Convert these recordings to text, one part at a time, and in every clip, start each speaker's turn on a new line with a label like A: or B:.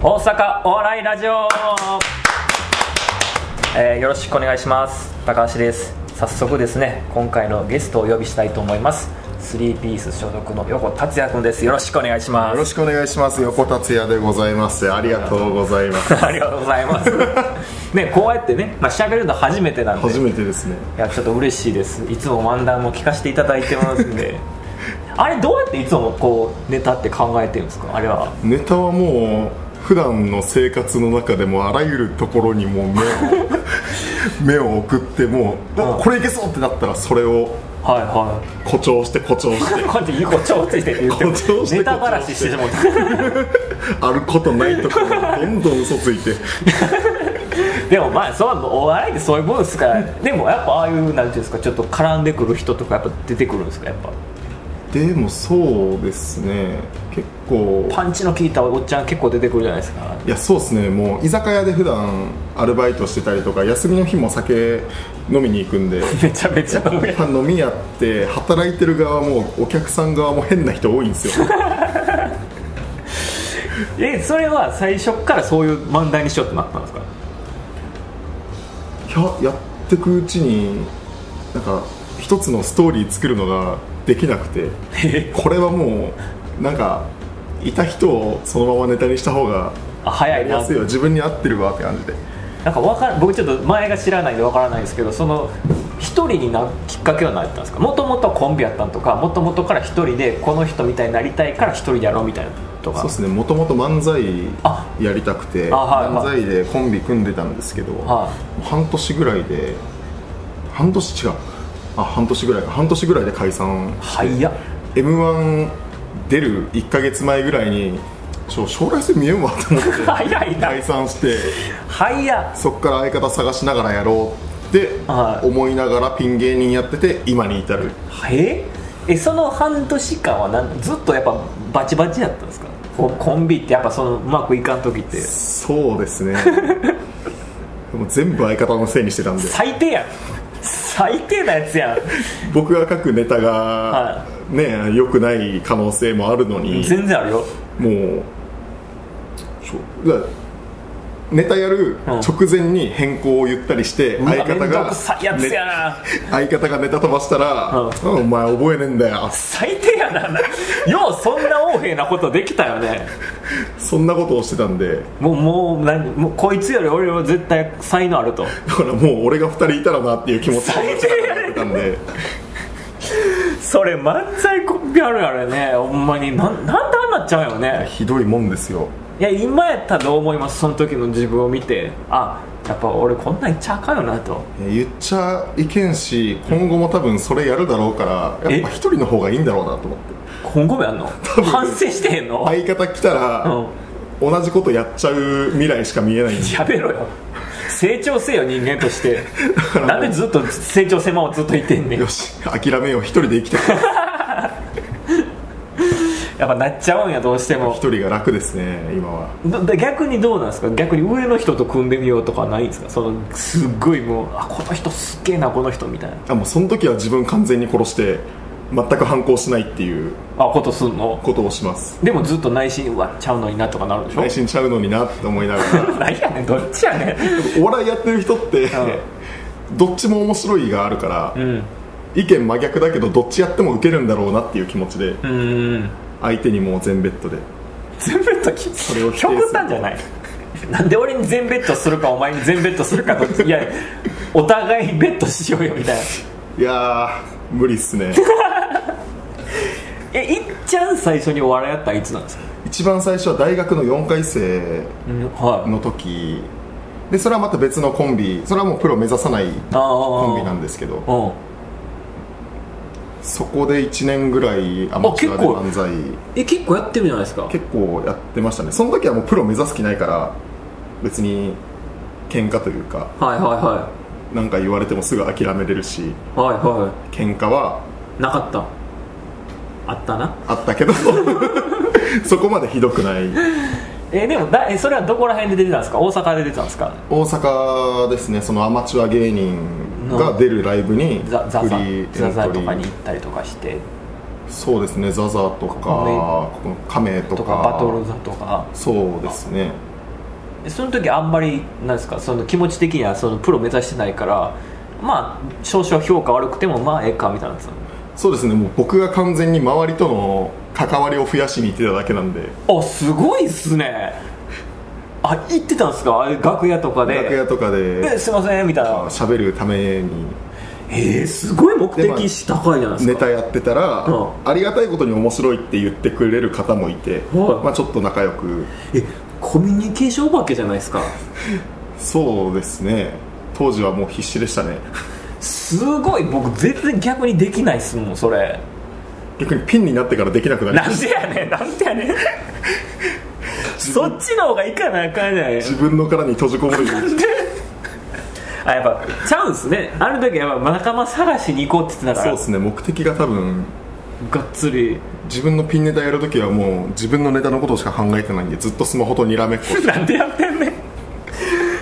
A: 大阪お笑いラジオ、えーよろしくお願いします高橋です早速ですね今回のゲストをお呼びしたいと思いますスリーピース所属の横達也くんですよろしくお願いしま
B: よろ
A: す
B: しくお願いします横達也でございますありがとうございます
A: ありがとうございます ねこうやってねまあ喋るの初めてなんで
B: 初めてですね
A: いやちょっと嬉しいですいつも漫談も聞かせていただいてますん であれどうやっていつもこうネタって考えてるんですかあれは
B: ネタはもう普段の生活の中でもあらゆるところにもう目を目を送ってもうあこれいけそうってなったらそれを
A: はいはい
B: 誇張して誇張して
A: こうやって横張ついてって言っても
B: 誇張して
A: ネタばらししてしまう
B: あることないところにどんどん嘘ついて
A: でもまあそうお笑いってそういうもんですからでもやっぱああいうなんていうんですかちょっと絡んでくる人とかやっぱ出てくるんですかやっぱ
B: でもそうですね結構
A: パンチの効いたおっちゃん結構出てくるじゃないですか
B: いやそうですねもう居酒屋で普段アルバイトしてたりとか休みの日も酒飲みに行くんで
A: めちゃめ ちゃ飲め
B: やっぱ飲み屋って働いてる側もお客さん側も変な人多いんですよ
A: えそれは最初からそういう漫談にしようってなったんですか
B: いややってくうちになんか一つのストーリー作るのができなくて
A: え
B: これはもうなんかいた人をそのままネタにした方が
A: あ早
B: や
A: い
B: り
A: な
B: やすいよ自分に合ってるわって感じで
A: なんかわかん僕ちょっと前が知らないんでわからないですけどその一人になるきっかけは何だったんですかもともとコンビやったんとかもともとから一人でこの人みたいになりたいから一人でやろうみたいなとか
B: そうですねもともと漫
A: あ
B: 才やりたくて
A: あはい
B: 漫才でコンビ組んでたんですけど、
A: は
B: 半年ぐらいで半年違うあ半年ぐらいか半年ぐらいで解散
A: い早っ
B: m 1出る1か月前ぐらいにちょ将来性見えんわと 思って
A: 早いな
B: 解散して
A: 早っ
B: そっから相方探しながらやろうって
A: はい
B: 思いながらピン芸人やってて今に至る
A: ええその半年間はなんずっとやっぱバチバチやったんですかこうコンビってやっぱそのうまくいかん時って
B: そうです ねでも全部相方のせいにしてた んで
A: 最低やん最低なやつやん
B: 僕が書くネタが
A: は
B: ね良くない可能性もあるのに
A: 全然あるよ
B: もうそうだからネタやる直前に変更を言ったりして
A: うわ
B: 相方
A: めんど
B: が
A: くさいやつやな
B: 相方がネタ飛ばしたら
A: うん
B: 「うんお前覚えねえんだよ
A: 最低やなようそんな横柄なことできたよね」
B: そんなことをしてたんで
A: もうもう何もうこいつより俺は絶対才能あると
B: だからもう俺が2人いたらなっていう気持ち
A: 最低やね
B: てたんで
A: それ漫才コンビあるあるねほんまになんなんであんなっちゃうよね
B: ひどいもんですよ
A: いや今やったらどう思いますその時の自分を見てあやっぱ俺こんなん言っちゃあかんよなと
B: 言っちゃいけんし今後も多分それやるだろうからやっぱ1人の方がいいんだろうなと思って
A: 今後もやんの反省してへんの、
B: 相方来たら同じことやっちゃう未来しか見 えないんで
A: やめろよ成長せよ人間として なんでずっと成長せまをずっと言ってんねん
B: よし諦めよう一人で生きてく
A: やっぱなっちゃうんやどうしても
B: 一人が楽ですね今は
A: どで逆にどうなんですか逆に上の人と組んでみようとかないんですかそのすっごいもうあこの人すっげえなこの人みたいな
B: あもうその時は自分完全に殺して全く反抗しないっていう
A: あことすんの
B: ことをします
A: でもずっと内心うわちゃうのになとかなるでしょ
B: 内心ちゃうのになって思いながら
A: 何やねんどっちやねん
B: お笑いやってる人ってどっちも面白いがあるから、
A: うん
B: 意見真逆だけどどっちやってもウケるんだろうなっていう気持ちで
A: うーん
B: 相手にもう全ベッドで
A: 全ベッドき
B: れを否定する
A: 極端じゃないなんで俺に全ベッドするかお前に全ベッドする かどっちいやお互いベッドしようよみたいない
B: やー無理っすね
A: えいっちゃん最初にお笑いやったらいつなんですか、
B: 一番最初は大学の4回生
A: はい
B: の時でそれはまた別のコンビそれはもうプロ目指さない
A: ああ
B: コンビなん
A: で
B: ですけど
A: うん
B: そこで1年ぐらいアマチュアで
A: あ結構
B: 漫才
A: え結構やってるじゃないですか
B: 結構やってましたねその時はもうプロ目指す気ないから別に喧嘩というか
A: はいはいは
B: 何か言われてもすぐ諦めれるし
A: いはいは
B: 喧嘩はい
A: なかったあったな
B: あったけど そこまでひどくない
A: えでもだえそれはどこら辺で出てたんですか大阪で出てたんですか
B: 大阪ですねそのアマチュア芸人が出るライブにフリ
A: ザザザ
B: ーエントリ
A: ザザとかに行っ
B: ー
A: たりとかして
B: そうですねザザとか
A: カメ
B: カメと
A: と
B: か
A: かバトルザとか
B: そうですね
A: でその時あんまりなんですかその気持ち的にはそのプロ目指してないからまあ少々評価悪くてもまあええかみたいなんですよね
B: そうですねもう僕が完全に周りとの関わりを増やしに行ってただけなんで
A: あすごいっすねあ行ってたんですかあれ楽屋とかで
B: 楽屋とか
A: で
B: です
A: いませんみたいな
B: 喋るために
A: えー、すごい目
B: でまあ
A: 的し高いじゃないです
B: ネ
A: か
B: タやってたら、
A: うん
B: ありがたいことに面白いって言ってくれる方もいて、
A: はい
B: まあ、ちょっと仲良く
A: えコミュニケーションお化けじゃないですか
B: そうですね当時はもう必死でしたね
A: すごい僕全然逆にできないっすもんそれ
B: 逆にピンになってからできなくなりま
A: な
B: し
A: んでやねんなんでやねんそっちの方がいいかなあかんじゃない
B: た自分の殻に閉じこもるように
A: あやっぱチャンスねある時やっぱ仲間探しに行こうって言ってたか
B: そ
A: ら
B: うですね目的が多分
A: がっつり
B: 自分のピンネタやるときはもう自分のネタのことしか考えてないんでずっとスマホとにらめっこ
A: なんでやってんねん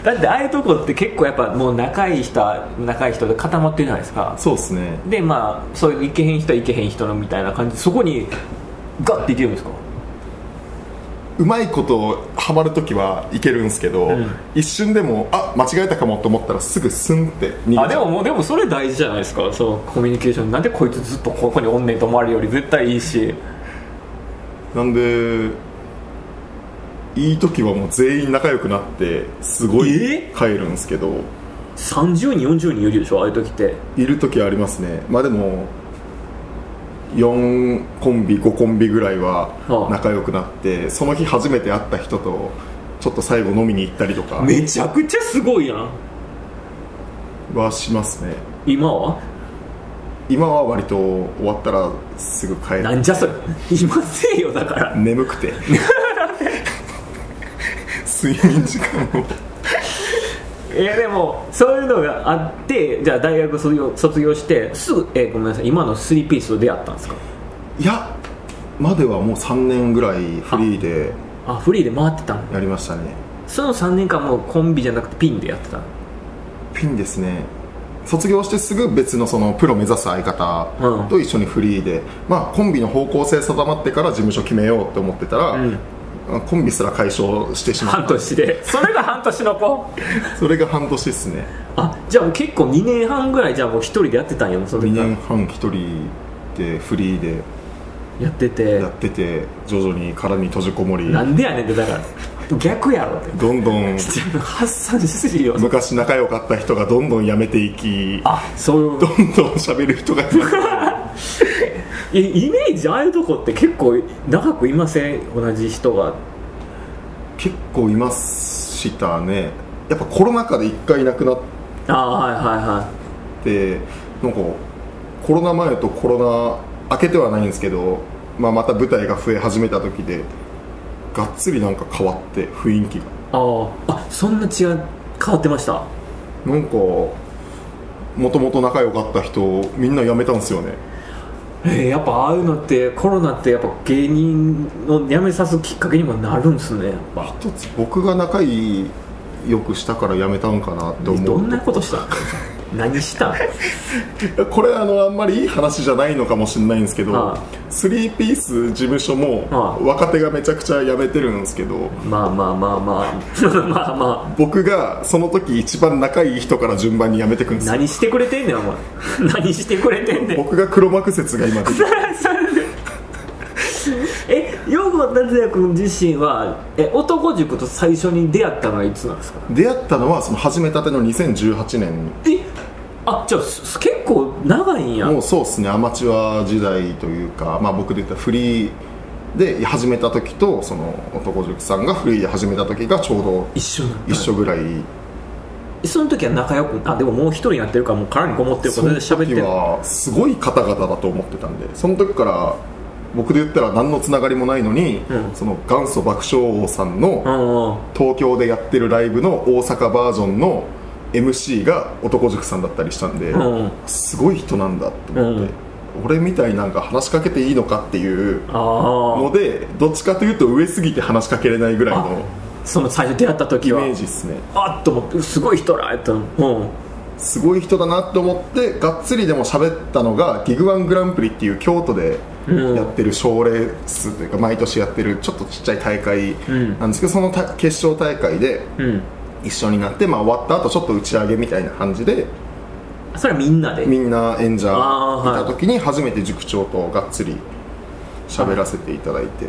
A: だってああいうとこって結構やっぱもう仲いい人は仲いい人で固まってるじゃないですか
B: そうですね
A: でまあそういういけへん人はいけへん人のみたいな感じそこにガッていけるんですか
B: うまいことハマるときはいけるんですけど、
A: うん
B: 一瞬でもあ間違えたかもと思ったらすぐスンって逃げちゃう
A: あでももうでもそれ大事じゃないですかそのコミュニケーションなんでこいつずっとここにおんねんと思われるより絶対いいし
B: なんでいい時はもう全員仲良くなってすごい
A: え
B: 帰るんですけど
A: 30人40人いるでしょああいう時って
B: いる時はありますねまあでも4コンビ5コンビぐらい
A: あ
B: は
A: あ
B: 仲良くなってその日初めて会った人とちょっと最後飲みに行ったりとか
A: めちゃくちゃすごいやん
B: はしますね
A: 今は
B: 今は割と終わったらすぐ帰
A: な
B: る
A: んじゃそれいませんよだから
B: 眠く て睡眠時間を
A: いやでもそういうのがあってじゃあ大学卒業卒業してすぐ、えーごめんなさい今の3ピースと出会ったんですか
B: いやまではもう3年ぐらいフリーで
A: あフリーで回ってたの
B: やりましたね
A: その3年間もうコンビじゃなくてピンでやってたの
B: ピンですね卒業してすぐ別のそのプロ目指す相
A: うん
B: 方と一緒にフリーで、まあ、コンビの方向性定まってから事務所決めようと思ってたら、
A: ん
B: コンビすら解消してしま
A: 半
B: った
A: 年でそれが半年の子
B: それが半年ですね
A: あじゃあもう結構2年半ぐらいじゃあもう一人でやってたんやもうその
B: 2
A: 時から
B: 年半1人でフリーで
A: やってて
B: やってて徐々に殻に閉じこもり
A: なんでやねんってだから逆やろって
B: どんどん
A: じゃあ発散しすぎよ
B: 昔仲良かった人がどんどん辞めていき
A: あそういう
B: どんどん喋る人が増えて
A: えイメージああいうとこって結構長くいません同じ人が
B: 結構いましたねやっぱコロナ禍で一回なくなっ
A: ああはいはいはい
B: てなんかコロナ前とコロナ明けてはないんですけど、まあ、また舞台が増え始めた時でがっつりなんか変わって雰囲気が
A: あああそんな違う変わってました
B: なんかもともと仲良かった人みんな辞めたんですよね
A: えーやっぱああいうのってコロナってやっぱ芸人を辞めさすきっかけにもなるんすねやっぱ
B: 一つ僕が仲いいよくしたから辞めたんかなって思う
A: どんなことした 何した
B: これあのあんまりいい話じゃないのかもしれないんですけど、
A: ああ
B: スリーピース事務所も
A: ああ
B: 若手がめちゃくちゃ辞めてるんですけど
A: まあまあまあ まあまあまあ
B: 僕がその時一番仲いい人から順番に辞めてくんですよ
A: 何してくれてんねんお前 何してくれてんねん
B: 僕が黒幕説が今出て
A: え陽子達也君自身はえ男塾と最初に出会ったのはいつなんですか
B: 出会ったのはその始めたての2018年に
A: えあじゃあす結構長いんや
B: もうそうですねアマチュア時代というか、まあ、僕で言ったらフリーで始めた時とその男塾さんがフリーで始めた時がちょうど
A: 一緒なんだ
B: 一緒ぐらい、
A: その時は仲良くあでももう一人になってるからもう殻にこもってる
B: そ
A: こと
B: の
A: で喋って
B: 時
A: る
B: はすごい方々だと思ってたんでその時から僕で言ったら何のつながりもないのに、
A: うん
B: その元祖爆笑王さんの、
A: うんうん
B: 東京でやってるライブの大阪バージョンの MC が男塾さんだったりしたんで、
A: うん
B: すごい人なんだと思って、俺みたいなんか話しかけていいのかっていう
A: あ
B: のでどっちかというと上すぎて話しかけれないぐらいの
A: あその最初出会った時
B: イ
A: は
B: メージですね
A: あっと思ってすごい人らやったのうん
B: すごい人だなと思ってがっつりでも喋ったのがギグワングランプリっていう京都で
A: うん
B: やってる賞レースというか毎年やってるちょっとちっちゃい大会
A: うん
B: なんですけど、そのた決勝大会で
A: うん
B: 一緒になって、まあ、終わった後ちょっと打ち上げみたいな感じで
A: それはみんなで
B: みんな演者い
A: あーはい
B: た時に初めて塾長とがっつり喋らせていただいて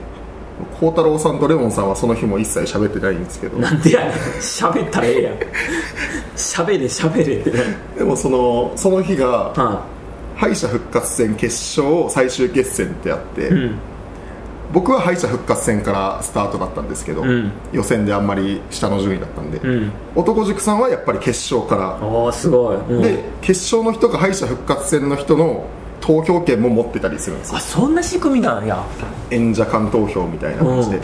B: 孝太郎さんとレモンさんはその日も一切喋ってないんですけど
A: なんでやねん喋ったらええやん喋れ喋れってな る
B: でもそのその日が
A: は
B: 敗者復活戦決勝最終決戦ってあって、
A: いうん
B: 僕は敗者復活戦からスタートだったんですけど、
A: うん
B: 予選であんまり下の順位だったんで、
A: うん
B: 男塾さんはやっぱり決勝から、
A: おおすごい、うん
B: で決勝の人が敗者復活戦の人の投票権も持ってたりするんですよ
A: あそんな仕組みなんや
B: 演者間投票みたいな感じで、
A: うん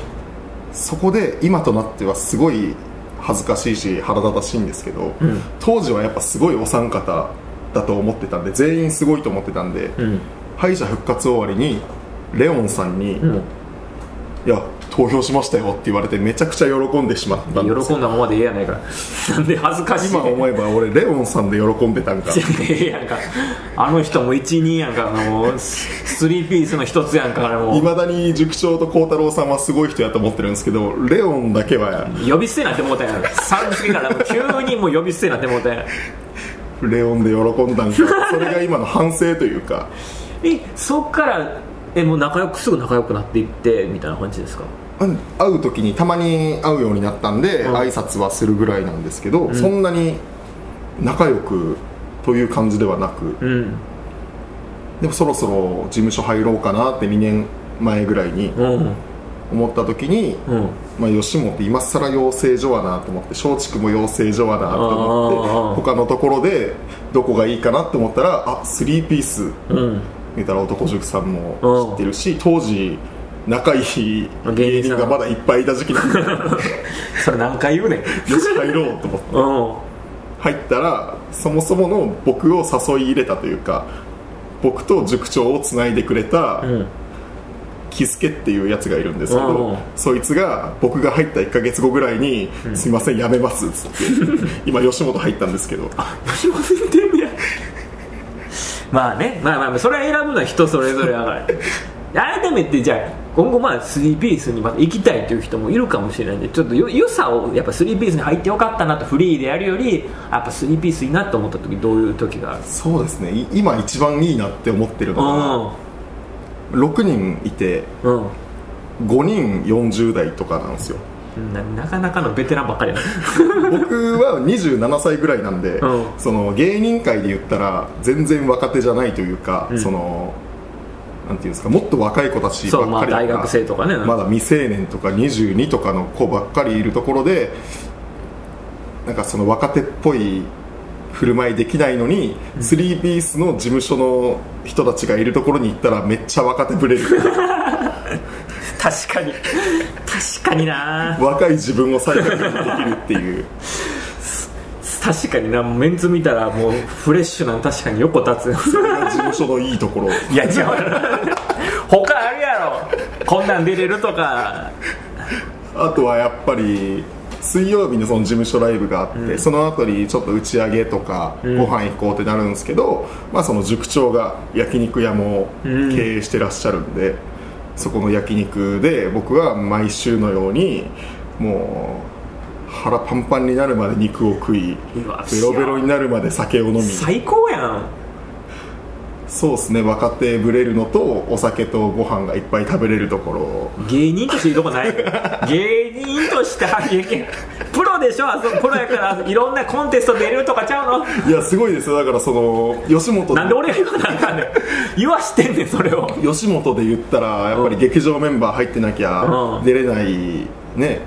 B: そこで今となってはすごい恥ずかしいし腹立たしいんですけど、
A: うん
B: 当時はやっぱすごいお三方だと思ってたんで全員すごいと思ってたんで、
A: うん
B: 敗者復活終わりにレオンさんに、
A: うん
B: いや投票しましたよって言われてめちゃくちゃ喜んでしまったんです
A: 喜んだままでええやないからなんで恥ずかしい
B: 今思えば俺レオンさんで喜んでたんか
A: じゃあええやんかあの人も一人やんかもうスリーピースの一つやんかあれも
B: いうまだに塾長と孝太郎さんはすごい人やと思ってるんですけどレオンだけは
A: 呼び捨てなってもうたやん3時からもう急にもう呼び捨てなってもうたやん
B: レオンで喜んだ んかそれが今の反省というか
A: えそっからえもう仲良くすぐ仲良くなっていってみたいな感じですか
B: うん会う時にたまに会うようになったんで、
A: うん
B: 挨拶はするぐらいなんですけど、そんなに仲良くという感じではなく、
A: うん
B: でもそろそろ事務所入ろうかなって2年前ぐらいに
A: うん
B: 思った時に、
A: うん
B: まあ、吉本って今更養成所はなと思って松竹も養成所はなと思って他のところでどこがいいかなって思ったらあスリーピース
A: うん
B: 見たら男塾さんも知ってるし当時仲いい芸人がまだいっぱいいた時 期なんでよ
A: それ何回言うねん
B: し入ろうと思って
A: うん
B: 入ったらそもそもの僕を誘い入れたというか僕と塾長をつないでくれた
A: うん
B: キスケっていうやつがいるんですけ
A: うんう
B: ど
A: ん
B: そいつが僕が入った1ヶ月後ぐらいに「すいませんやめます」っつって 今吉本入ったんですけど
A: 吉本行ってんねやまあねまあまあまあそれは選ぶのは人それぞれだから改めてじゃあ今後まあ3ピースにまた行きたいという人もいるかもしれないんでちょっとよ良さをやっぱ3ピースに入ってよかったなとフリーでやるよりやっぱ3ピースいいなと思った時どういう時がある
B: そうですねい今一番いいなって思ってるのが
A: う
B: 6人いて
A: んうん
B: 5人40代とかなんです よ
A: ななかなかのベテランばっかりやな
B: 僕は27歳ぐらいなんで、
A: うん
B: その芸人界で言ったら全然若手じゃないというか、
A: ん
B: そのなんていうんですかもっと若い子たち
A: そ
B: ば
A: うま
B: っか
A: あ
B: りだから
A: 大学生とかね
B: まだ未成年とか22とかの子ばっかりいるところでなんかその若手っぽい振る舞いできないのに、スリーピースの事務所の人たちがいるところに行ったらめっちゃ若手ぶれる
A: 確かに確かにな
B: 若い自分を再確認できるっていう
A: 確かになメンツ見たらもうフレッシュなの確かに横立つ
B: それが事務所のい いところ
A: いや違う 他あるやろこんなん出れるとか
B: あとはやっぱり水曜日にその事務所ライブがあって、その後にちょっと打ち上げとかご飯行こうってなるんですけど、まあ、その塾長が焼肉屋も経営してらっしゃるんで、そこの焼肉で僕は毎週のようにもう腹パンパンになるまで肉を食いう
A: わ
B: ベロベロになるまで酒を飲み
A: 最高やん
B: そうですね若手ぶれるのとお酒とご飯がいっぱい食べれるところを
A: 芸人としていいとこ ない芸人として芸人プロでしょあそこプロやからいろんなコンテスト出るとかちゃうの
B: いやすごいですよだからその吉本
A: なんで俺が言わなあかんねん言わしてんねんそれを
B: 吉本で言ったらやっぱり劇場メンバー入ってなきゃ
A: うん
B: 出れないね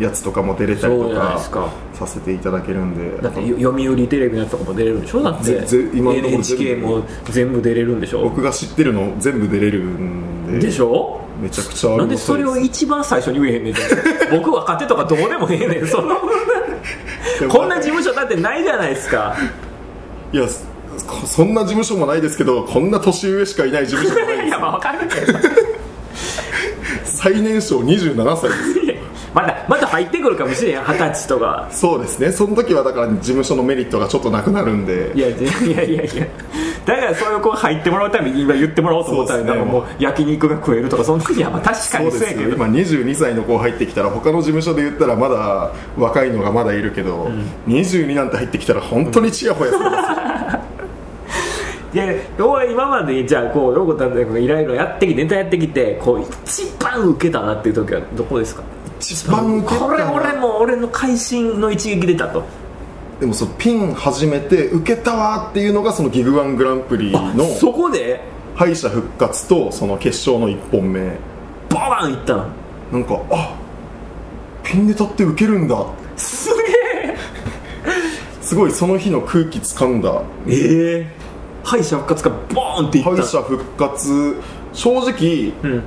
B: やつとかも出れたり
A: そう
B: と
A: じゃないですか
B: かさせていただけるんで
A: だってよ読売テレビのやつとかも出れるんでしょだって
B: ぜぜ今のところ全部
A: NHK も全部出れるんでしょ
B: 僕が知ってるの全部出れるんで
A: でしょ
B: めちゃくちゃあり
A: な
B: が
A: ん
B: たい
A: でそれを一番最初に言えへんねんじゃん 僕若手とかどうでもええねんそのこんな事務所だってないじゃないですか
B: いやそそんな事務所もないですけどこんな年上しかいない事 務所もない
A: い
B: です
A: やまあわかるけど
B: 最年少27歳です
A: いやままたまた入ってくるかもしれん二十歳とか
B: そうですねその時はだから事務所のメリットがちょっとなくなるんで
A: いやいやいやいやいやだからそういう子入ってもらうために今言ってもらおうと思ったら、
B: そうですね
A: なんかもう焼肉が食えるとかそんなにはまあ確か
B: そう
A: に
B: で
A: そうや
B: す
A: け
B: よ
A: ど
B: 今22歳の子入ってきたら他の事務所で言ったらまだ若いのがまだいるけど、22なんて入ってきたら本当にチヤホヤするんですよ
A: いや要は今までじゃあこう横田君がいろいろやってきてネタやってきてこう一番ウケたなっていう時はどこですか
B: 一番受けた
A: これ俺も俺の会心の一撃出たと
B: でもそのピン始めて受けたわっていうのがそのギグワングランプリの
A: そこで
B: 敗者復活とその決勝の1本目
A: ババンいったの
B: なんかあピンネタって受けるんだ
A: すげえ
B: すごいその日の空気掴んだ
A: ええ敗者復活がボーンっていった
B: 敗者復活正直
A: うん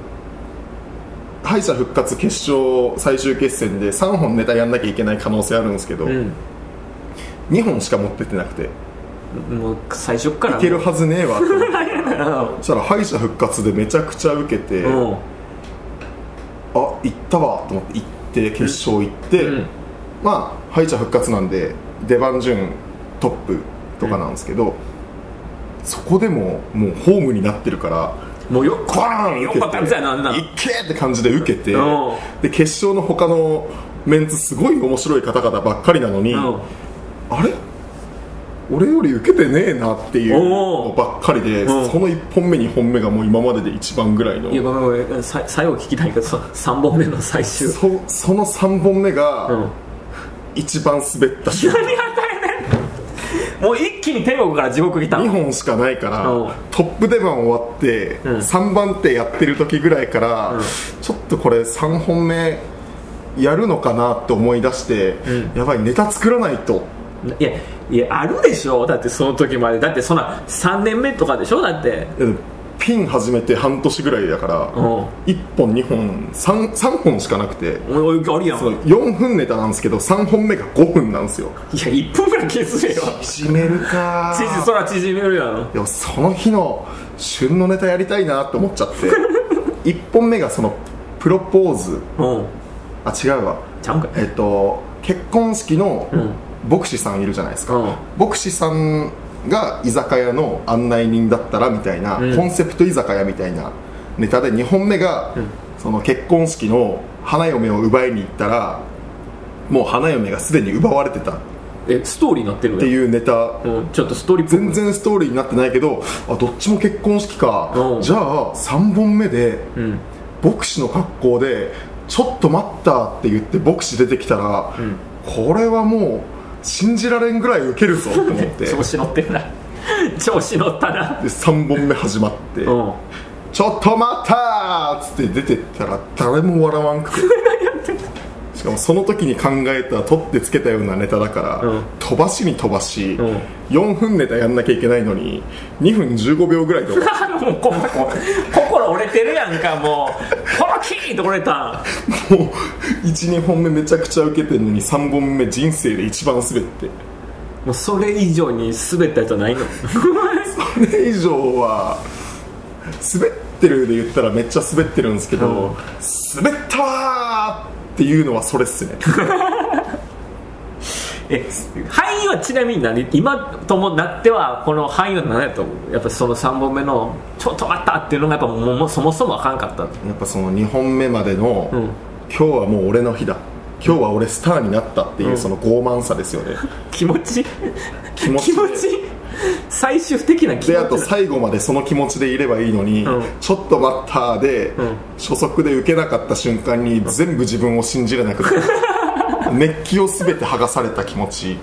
B: 敗者復活決勝最終決戦で3本ネタやんなきゃいけない可能性あるんですけど、2本しか持ってってなくてい
A: うんもう最初っから
B: ける はずねえわと思って
A: う
B: そしたら敗者復活でめちゃくちゃ受けて、あ
A: ん
B: 行ったわと思って行って決勝行って、
A: うん
B: まあ敗者復活なんで出番順トップとかなんですけど、そこでももうホームになってるから
A: もうよこ
B: バーン
A: よかったみたいなあんな
B: 受けていけって感じで受けて
A: うん
B: で決勝の他のメンツすごい面白い方々ばっかりなのに、
A: うん
B: あれ俺より受けてねえなっていうのばっかりで、
A: うん
B: その1本目2本目がもう今までで一番ぐらいの
A: いやごめんごめんさ最後聞きたいけど3本目の最終
B: そその3本目
A: う
B: が
A: ん
B: 一番滑った瞬間
A: もう一気に天国から地獄来た
B: 2本しかないから
A: うん
B: トップ出番終わって
A: ん
B: 3番手やってる時ぐらいからちょっとこれ3本目やるのかなって思い出してやばいネタ作らないと
A: いやいやあるでしょだってその時までだってそんな3年目とかでしょだって
B: うんピン始めて半年ぐらいだから
A: うんお
B: 1本2本 3, 三本しかなくて
A: おいあるやんい
B: 4分ネタなんですけど3本目が5分なんですよ
A: や1分ぐらい削れよ
B: 縮めるか
A: 知事空縮めるやん
B: でもその日の旬のネタやりたいなって思っちゃって 1本目がそのプロポーズ
A: うん
B: あ違うわ
A: ちゃうんかい
B: えっと結婚式の
A: うん
B: 牧師さんいるじゃないですか、
A: うん
B: 牧師さんが居酒屋の案内人だったらみたいな、
A: うん
B: コンセプト居酒屋みたいなネタで2本目が、その結婚式の花嫁を奪いに行ったらもう花嫁がすでに奪われてたっ
A: えストーリーになってるの
B: て
A: よ
B: いうネタ
A: うんちょっとストーリーっぽく
B: 全然ストーリーになってないけどあどっちも結婚式か、
A: うん
B: じゃあ3本目で
A: うん
B: 牧師の格好で「ちょっと待った」って言って牧師出てきたら、
A: ん
B: これはもう信じられんぐらいウケるぞと思 って
A: 調子乗ってるな調子乗ったな
B: で3本目始まって「
A: うん
B: ちょっと待った!」っつって出てったら誰も笑わんくて しかもその時に考えた取ってつけたようなネタだから、
A: うん
B: 飛ばしに飛ばし、
A: うん
B: 4分ネタやんなきゃいけないのに2分15秒ぐらいで終わ っ
A: もうこ こ心折れてるやんかもうほらキーンと折れた
B: もう12本目めちゃくちゃ受けてるのに3本目人生で一番滑って
A: もうそれ以上に滑ったやつは ないの
B: これ以上は滑ってるで言ったらめっちゃ滑ってるんですけど、
A: うん
B: 滑ったわーっていうのはそれ っすね
A: え範囲はちなみに何今ともなってはこの範囲は何やと思うやっぱその3本目のちょっと待ったっていうのがやっぱもうもうそもそもあかんかった
B: やっぱその2本目までの、
A: うん
B: 今日はもう俺の日だ今日は俺スターになったっていうその傲慢さですよね、
A: 気持ち
B: 気持
A: 気
B: ち
A: 持ち最終的な気
B: であと
A: 持ち
B: 最後までその気持ちでいればいいのに、
A: うん
B: ちょっと待ったーで、
A: ん
B: 初速で受けなかった瞬間に全部自分を信じれなくな るメッキを全て剥がされた気持ち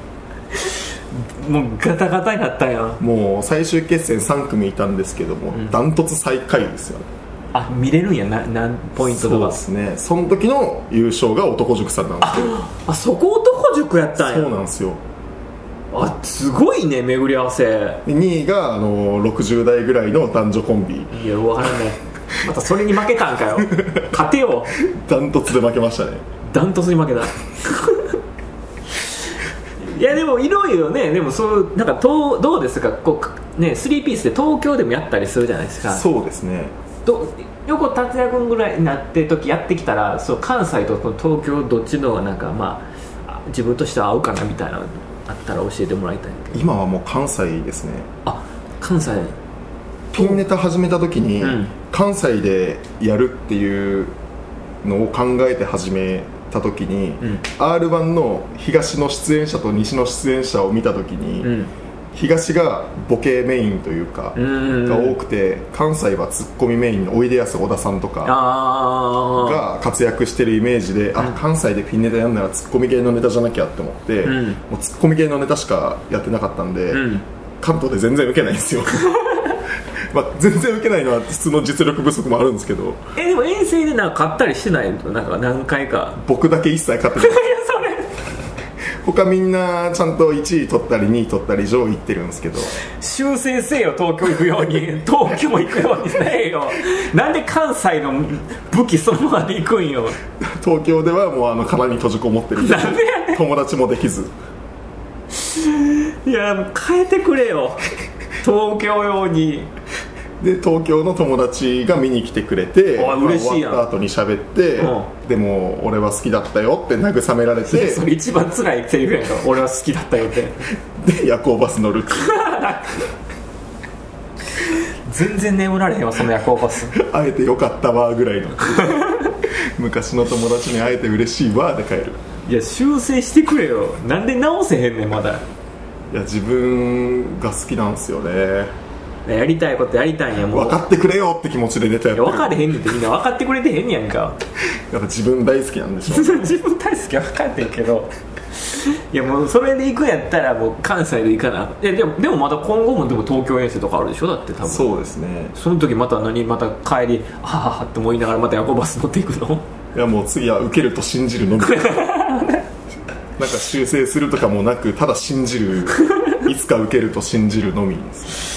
A: もうガタガタになったやん
B: もう最終決戦3組いたんですけども、ダントツ最下位ですよね
A: あ見れるんやな何ポイントと
B: そう
A: か
B: ですねその時の優勝が男塾さんなんですけ
A: あそこ男塾やったん
B: どそう
A: や
B: なんですよ
A: あすごいね巡り合わせ
B: 2位があの60代ぐらいの男女コンビ
A: いやわからんねまたそれに負けたんかよ 勝てよ
B: ダントツで負けましたね
A: ダントツに負 けたいやでもいろいろねでもそうなんかとどうですかこうかね3ピースで東京でもやったりするじゃないですか
B: そうですね
A: ど横達也君ぐらいになって時やってきたらそう関西とこの東京どっちのなんか、まあ、あ自分としては合うかなみたいなのあったら教えてもらいたいんだけど
B: 今はもう関西ですね
A: あ関西
B: ピンネタ始めた時に、
A: うん
B: 関西でやるっていうのを考えて始めた時に、
A: ん
B: r 1の東の出演者と西の出演者を見た時に、
A: うん
B: 東がボケメインというか、
A: うん
B: が多くて関西はツッコミメインのおいでやす小田さんとか
A: あ
B: が活躍してるイメージで、あ関西でピンネタやんならツッコミ系のネタじゃなきゃって思って、
A: うん
B: もうツッコミ系のネタしかやってなかったん
A: あ
B: で、
A: うん
B: 関東で全然受けないんですよ まあ全然受けないのは普通の実力不足もあるんですけど
A: えでも遠征でなんか買ったりしてないのなんか何回か
B: 僕だけ一切勝ってない
A: いやそれ
B: 他みんなちゃんと1位取ったり2位取ったり上位いってるんですけど
A: 修正せよ東京行くように 東京行くようにせえよ なんで関西の武器そのままで行くんよ
B: 東京ではもうあの殻に閉じこもって
A: な
B: る
A: んでやね
B: 友達もできず
A: んいやもう変えてくれよ東京用 に
B: で東京の友達が見に来てくれて
A: あ嬉しいやん
B: まあ終わった後に喋って、
A: う
B: でも俺は好きだったよって 慰められて
A: それ一番辛いセリフやんか俺は好きだったよって
B: で夜行バス乗るっていう
A: 全然眠られへんわその夜行バス
B: 会えてよかったわぐらいの 昔の友達に会えて嬉しいわで帰る
A: いや修正してくれよなんで直せへんねんまだ
B: いや自分が好きなんですよね
A: やりたいことやりたいんやもう
B: 分かってくれよって気持ちで出た
A: いや
B: よ
A: 分か
B: やっ
A: れへんねんってみんな分かってくれてへんねやんか
B: ぱ自分大好きなんでしょ
A: 自分大好きは分かってんけどいやもうそれで行くんやったらもう関西で行かないやでもでもまた今後もでも東京遠征とかあるでしょだって多分
B: そうですね
A: その時また何また帰りああって思いながらまた夜行バス乗っていくの
B: いやもう次は受けると信じるのみなんか修正するとかもなくただ信じるいつか受けると信じるのみです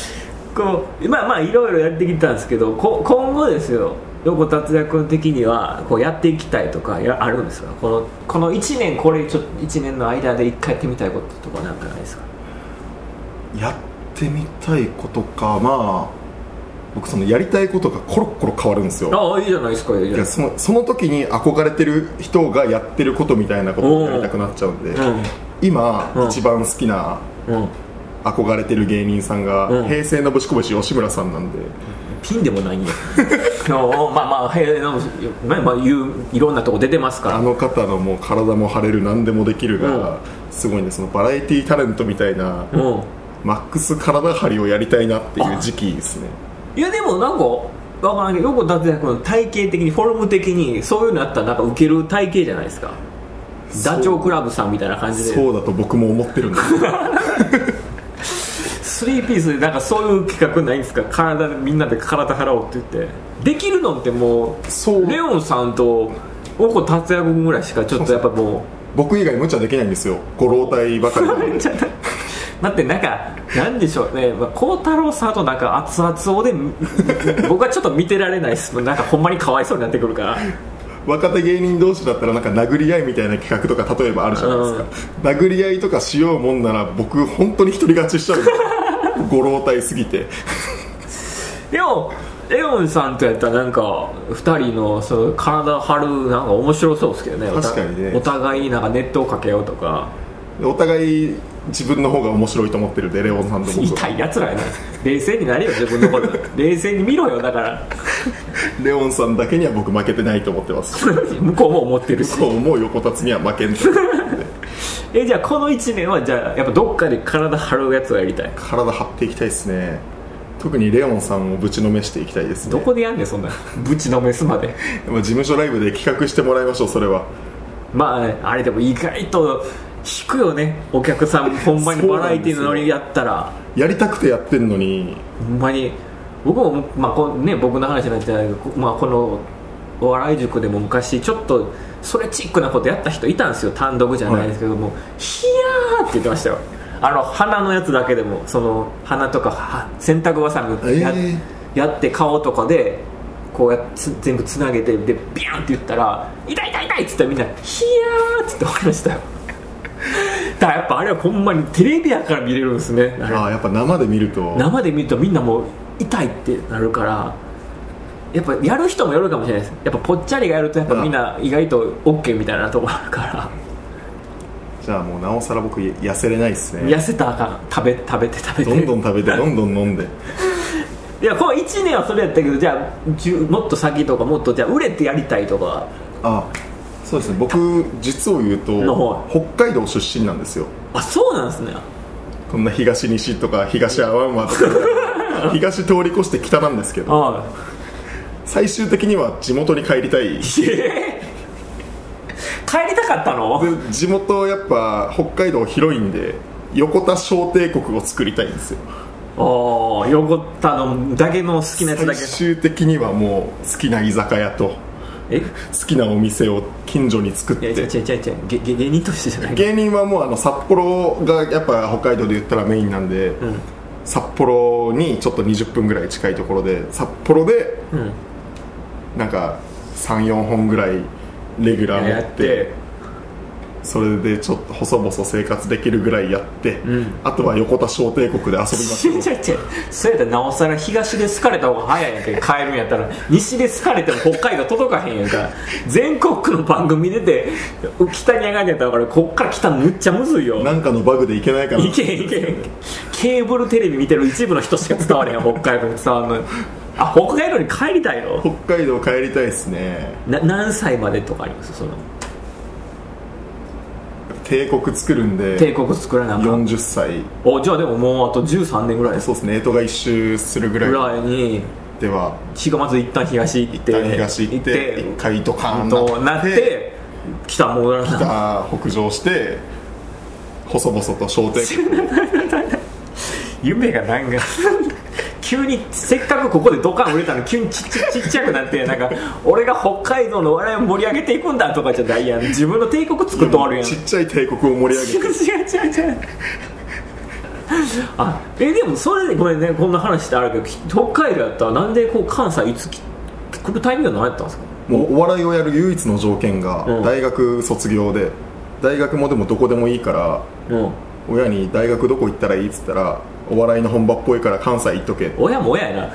A: こうまあまあいろいろやってきたんですけどこ今後ですよ横達也君的にはこうやっていきたいとかやあるんですかこのこの1年これちょっと1年の間で1回やってみたいこととかなんかないですか
B: やってみたいことかまあ僕そのやりたいことがコロッコロ変わるんですよ
A: ああいいじゃないですかいいじゃな
B: い
A: い
B: や
A: です
B: そのその時に憧れてる人がやってることみたいなことをやりたくなっちゃうんで
A: かうん
B: 今、
A: うん
B: 一番好きな
A: うん、
B: 憧れてる芸人さんが、
A: うん
B: 平成のぶしこぶし吉村さんなんで
A: ピンでもないんや おまあまあ平の、まあまあ、いういろんなとこ出てますか
B: あ
A: ら
B: の方のもう体も張れる何でもできるが、
A: うん
B: すごいねそのバラエティタレントみたいな、
A: うん
B: マックス体張りをやりたいなっていう時期ですね
A: いやでもなんかわからんけど横達也君体型的にフォルム的にそういうのあったらなんかウケる体型じゃないですか
B: そう
A: ダチョウ倶楽部さんみたいな感じで
B: そうだと僕も思ってるんです
A: スリーピースでなんかそういう企画ないんですか体でみんなで体払おうって言ってできるのっても
B: そう
A: うレオンさんと横達也君ぐらいしかちょっとやっぱも
B: 僕以外無茶できないんですよご老体ばかりなの
A: う
B: で
A: ちょっとだってなんかなんでしょうねまあ孝太郎さんとなんか熱々をで僕はちょっと見てられないですなんかほんまにかわいそうになってくる から
B: 若手芸人同士だったらなんか殴り合いみたいな企画とか例えばあるじゃないですか、殴り合いとかしようもんなら僕本当に独り勝ちしちゃうんですよご老体すぎて
A: でもレオンさんとやったらなんか2人のその体張るなんか面白そうですけどねお互い
B: 確かにね
A: お互いになんかネットをかけようとか
B: お互い自分の方が面白いと思ってるんでレオンさんと 僕は
A: 痛いやつらやな冷静になれよ自分の こと冷静に見ろよだから
B: レオンさんだけには僕負けてないと思ってます
A: 向こうも思ってるし
B: そうもう横立つには負けんと
A: えじゃあこの1年はじゃあやっぱどっかで体張るやつをやりたい
B: 体張っていきたいですね特にレオンさんをぶちのめしていきたいですね
A: どこでやんねんそんなんぶちのめすまで
B: まあ事務所ライブで企画してもらいましょうそれは
A: まああれでも意外と引くよねお客さんほんまにバラエティーのノリやったら
B: やりたくてやってんのに
A: ほんまに僕も、まあこうね、僕の話になっちゃうけど、こまあ、このお笑い塾でも昔ちょっとそれチックなことやった人いたんですよ単独じゃないですけども、ヒヤーって言ってましたよあの鼻のやつだけでもその鼻とかは洗濯ばさみや,、
B: え
A: やって顔とかでこうやってつ全部つなげてでビャンって言ったら「痛い痛い痛い」っつったらみんな「ヒヤー」って言って終わりましたよだからやっぱあれはほんまにテレビやから見れるんですねあれ
B: ああやっぱ生で見ると
A: 生で見るとみんなもう痛いってなるからやっぱやる人もよるかもしれないですやっぱぽっちゃりがやるとやっぱみんな意外と OK みたいなとこあるから
B: じゃあもうなおさら僕痩せれないですね
A: 痩せたらあかん食べ食べて食べて
B: どんどん食べてどんどん飲んで
A: いやこの1年はそれやったけどじゃあじゅもっと先とかもっとじゃあ売れてやりたいとか
B: あそうですね僕実を言う
A: の方
B: と北海道出身なんですよ
A: あそうなんですね
B: こんな東西とか東アワンワ とか東通り越して北なんですけど
A: ああ
B: 最終的には地元に帰りたい
A: ええ帰りたかったの
B: で地元やっぱ北海道広いんで横田小帝国を作りたいんですよ
A: ああ横田のだけの好きなやつだ
B: 最
A: け
B: 終的にはもう好きな居酒屋と
A: え
B: 好きなお店を近所に作っ
A: いや違う
B: て
A: 違う違う違うげげ芸人としてじゃない
B: 芸人はもうあの札幌がやっぱ北海道で言ったらメインなんで、
A: ん
B: 札幌にちょっと20分ぐらい近いところで札幌で
A: うん
B: なんか34本ぐらいレギュラー持
A: や
B: っ
A: ってて
B: それでちょっと細々生活できるぐらいやって、
A: ん
B: あとは横田小帝国で遊びましょ
A: 違う違う違うそうやったらなおさら東で好かれた方が早いやんけ帰るんやったら西で好かれても北海道届かへんやんから全国区の番組出て北に上がんやったら俺こっから北むっちゃむずいよ
B: うなんかのバグでいけないかない
A: けへんいけへんケーブルテレビ見てる一部の人しか伝われへん北海道に伝わんのあ北海道に帰りたいの
B: 北海道帰りたいですね
A: な何歳までとかありますその
B: 帝国作るん
A: 帝
B: で
A: 国作らなあかん
B: 40歳
A: おじゃあでももうあと13年ぐらいです
B: そうですね江戸が一周する
A: ぐ
B: ぐらい
A: らいに
B: では
A: しがまず一旦東行って
B: 東行って一回ドカーン
A: となって北戻らな
B: 北北上して細々と商店
A: 夢がなんか急にせっかくここでドカン売れたの急にちっちゃちっちゃくなってなんか俺が北海道の笑いを盛り上げていくんだとかじゃないやん自分の帝国作っとあるやん
B: ちっちゃい帝国を盛り上げ て
A: 違う違う違うあえでもそれでごめんねこんな話ってあるけどき北海道やったらなんでこう関西いつき来るタイミングは何やったんですか
B: もうお笑いをやる唯一の条件が
A: うん
B: 大学卒業で大学もでもどこでもいいから
A: うん
B: 親に「大学どこ行ったらいい?」っつったら「お笑いの本場っぽいから関西行っとけ」
A: 親も親やな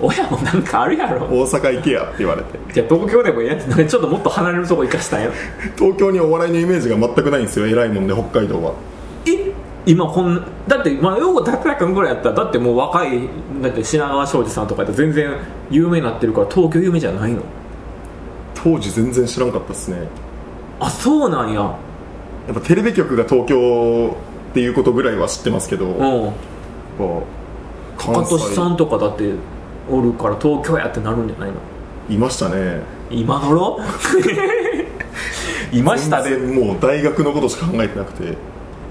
A: 親もなんかあるや
B: 「
A: ろ
B: 大阪行けや」って言われて
A: じゃあ東京でもいいやつなんかちょっともっと離れるとこ行かしたんや
B: 東京にお笑いのイメージが全くないんですよ偉いもんで北海道は
A: え今こんだってまあよう拓哉君ぐらいやったらだってもう若いだって品川庄司さんとかやったら全然有名になってるから東京有名じゃないの
B: 当時全然知らんかったっすね
A: あそうなんや
B: やっぱテレビ局が東京っていうことぐらいは知ってますけど、
A: う
B: やっ
A: ん
B: ぱ
A: 今
B: 関西
A: 年さんとかだっておるから東京やってなるんじゃないの
B: いましたね
A: 今 頃いました
B: 全
A: で
B: 然もう大学のことしか考えてなくて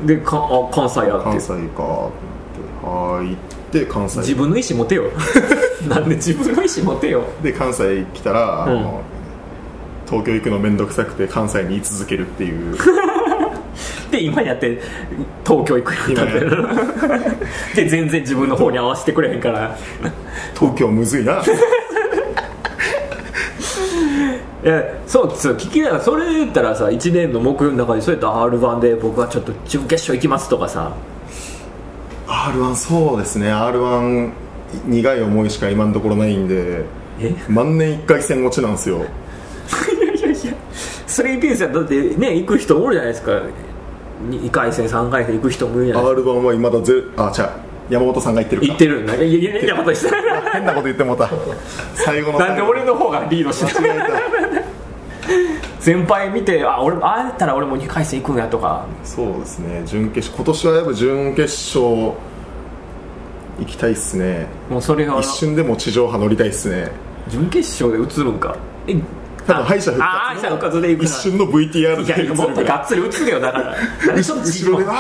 A: でかあ関西やっ
B: 関
A: て
B: 西かと思ってはーいって関
A: 自
B: 西
A: 分の意思持てよ なんで自分の意思持てよ
B: で関西来たら、
A: うん
B: あの東京行くの面倒くさくて関西に居続けるっていう
A: で今やって東京行くようになってるで全然自分の方に合わせてくれへんから
B: 東京むずいな
A: いやそうそう聞きながらそれで言ったらさ1年の目標の中にそうやった r 1で僕はちょっと準決勝行きますとかさ
B: r 1そうですね r 1苦い思いしか今のところないんで
A: え
B: 万年1回戦落ちなんですよ
A: いやいやいやスリーピースやだってね行く人もおるじゃないですか2回戦3回戦行く人もいるじゃないです
B: r 1はいまだゼロあじゃ山本さんが言ってる
A: か
B: か
A: 行ってるんだいやいやいやいやまたしたら
B: 変なこと言ってもうた最後の
A: なん
B: 最
A: で
B: 後
A: 俺の方がリードしてた
B: 間違え
A: 先輩見てあ俺ああやったら俺も2回戦行くんやとか
B: たそうですね準決勝今年はやっぱ準決勝行きたいっすね
A: もうそれが
B: 一瞬でも地上波乗りたいっすね
A: 準決勝で映るんかえ
B: 多分敗者復活の
A: あ敗者復活で行く
B: 一瞬の VTR
A: いやい
B: で
A: やもっとがっつり映るよだからなんでちょっと
B: 後ろでわ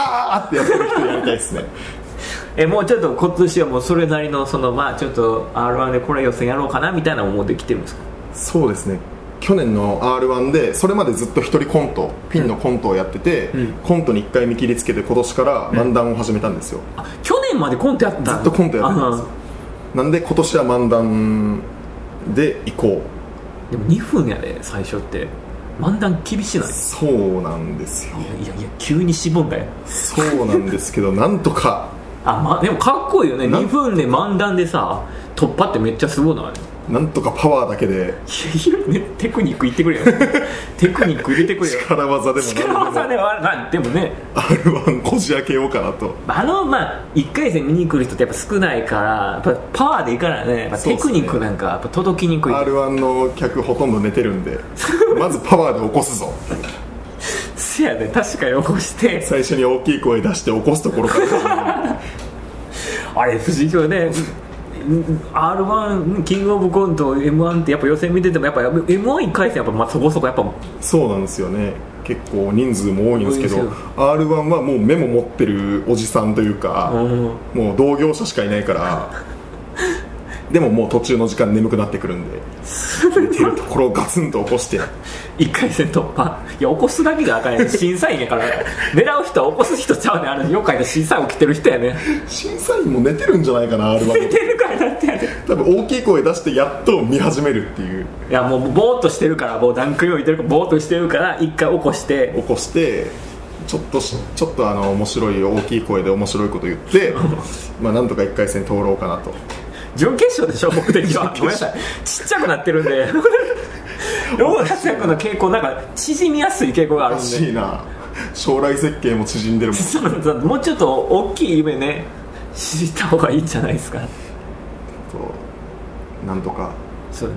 B: ーってやってる人やりたいっすね
A: えもうちょっと今年はもうそれなりのそのまあちょっと r 1でこれ予選やろうかなみたいなのもうできてるんですか
B: そうですね去年の r 1でそれまでずっと一人コントピンのコントをやってて、
A: うん
B: コントに1回見切りつけて今年から漫談を始めたんですよ、
A: あ去年までコントやってた
B: ずっとコントやってたんですよなんで今年は漫談で行こう
A: あでも2分やで最初って漫談厳しない
B: そうなんですよ
A: いやいや急にしぼんだよ
B: そうなんで すけどなんとか
A: あ、ま、でもかっこいいよね
B: な
A: 2分で漫談でさ突破ってめっちゃすごいない
B: なんとかパワーだけで
A: いやいやねテクニック言ってくれ よテクニック入れてくれよ
B: 力技でも
A: 力技ではまあでもね
B: r 1こじ開けようかなと
A: あのまあ1回戦見に来る人ってやっぱ少ないからやっぱパワーでいかないねやっぱテクニックなんかやっぱ届きにくい
B: r 1の客ほとんど寝て るんでまずパワーで起こすぞ
A: せやね確かに起こして
B: 最初に大きい声出して起こすところから
A: あれ不思議よね r 1キングオブコント m 1ってやっぱ予選見ててもやっぱ m 1 1回戦やっぱまあそこそこやっぱ
B: そうなんですよね結構人数も多いんですけど
A: 多いんです
B: r 1はもうメモ持ってるおじさんというか、
A: ん
B: もう同業者しかいないから でももう途中の時間眠くなってくるんで寝てるところをガツンと起こして
A: 1回戦突破いや起こすだけがあかん やん審査員やから狙う人は起こす人ちゃうねんあれ妖怪で審査員起きてる人やねん
B: 審査員も寝てるんじゃないかな r
A: 寝
B: 1
A: てるからだってやで
B: 多分大きい声出してやっと見始めるっていう
A: いやもうボーっとしてるからもう段階を置いてるからボーっとしてるから一回起こして
B: 起こしてちょっとしちょっとあの面白い大きい声で面白いこと言 ってまあなんとか1回戦通ろうかなと
A: 準決勝でしょ目的はごめんなさいちっちゃくなってるんでローラス役の傾向なんか縮みやすい傾向があ
B: お
A: る
B: か
A: ん
B: し
A: で
B: いな将来設計も縮んでるもん
A: そうそうもうちょっと大きい夢ね知った方がいいんじゃないですか
B: となんとか
A: そう、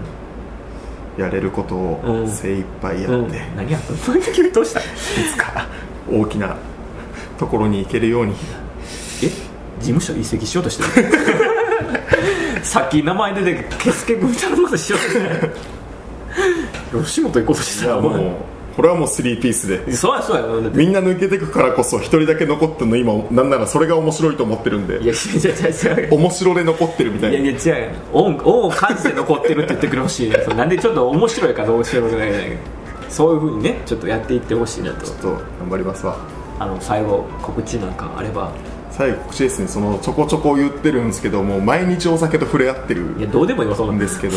B: やれること
A: う
B: を
A: ん
B: 精一杯や
A: う
B: っ
A: ん
B: て、、
A: 何やったのそういう時どうした
B: いつか大きなところに行けるように
A: え事務所移籍しようとしてるさっき名前出てケスケ君みたいなことしようとしてる吉本行こうとして
B: い
A: た
B: や
A: ら
B: も
A: も
B: うこれはもう3ピースで
A: うそうやそうやだって
B: みんな抜けてくからこそ一人だけ残ってるの今なんならそれが面白いと思ってるん
A: い
B: で
A: や違う違う違う
B: 面白で残ってるみたい
A: い
B: な
A: やいや違う恩恩を感じて残ってるって言ってくれほしいねそうなんでちょっと面白いか面白くないかそういうふうにねちょっとやっていってほしいなと
B: ちょっと頑張りますわ
A: あの最後告知なんかあれば
B: 最後告知ですねそのちょこちょこ言ってるんですけどもう毎日お酒と触れ合って
A: い
B: る
A: やどうでもいいわそん
B: ん
A: な
B: ですけど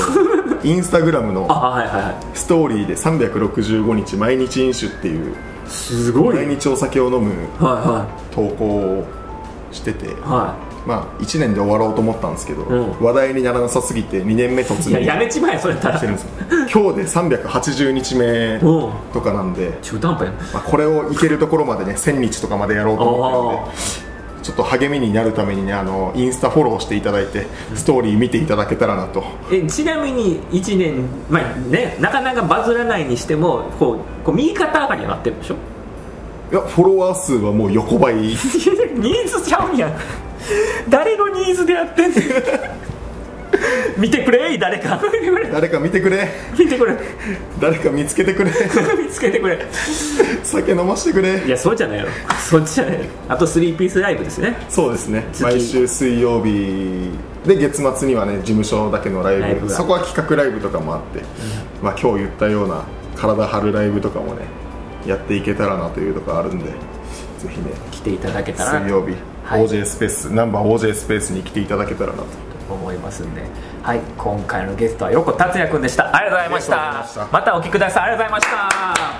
B: インスタグラム
A: あ
B: の
A: はいはいは
B: ストーリーで365日毎日飲酒っていう
A: いすご
B: 毎
A: はい
B: 日お酒を飲む
A: は
B: 投稿をしてて
A: いは
B: まあ1年で終わろうと思ったんですけど、
A: うん
B: 話題にならなさすぎて2年目突
A: いい
B: 入
A: ややめちまえそれやった
B: して
A: ら
B: るんですよ今日で380日目
A: うん
B: とかなんで、
A: 中途半端やな
B: まあ、これをいけるところまでね1000日とかまでやろうと思ってるんでちょっと励みになるためにねあのインスタフォローしていただいてストーリー見ていただけたらなと、
A: えちなみに1年、まあね、なかなかバズらないにしてもこうこう右肩上がりになってるでしょ
B: いやフォロワー数はもう横ば い
A: ニーズちゃうんやん誰のニーズでやってんねん見てくれ誰 か見てくれ
B: 誰か見てくれ
A: 見てくれ
B: 誰か見つけてくれ
A: 見つけてくれ
B: 酒飲ましてくれ
A: いやそうじゃないよそっちじゃないよあと3ピースライブですね
B: そうですね
A: 次
B: 毎週水曜日で月末にはね事務所だけのライブ
A: ライブが
B: そこは企画ライブとかもあって、まあ、今日言ったような体張るライブとかもねやっていけたらなというところあるんでぜひね
A: 来ていただけたら
B: 水曜日、
A: はい
B: OJ スペースナンバー OJ スペースに来ていただけたらなと
A: と思いますんで、はい、今回のゲストは横達也くんでしたありがとうございました
B: ありがとうございました
A: またお聞きくださいありがとうございました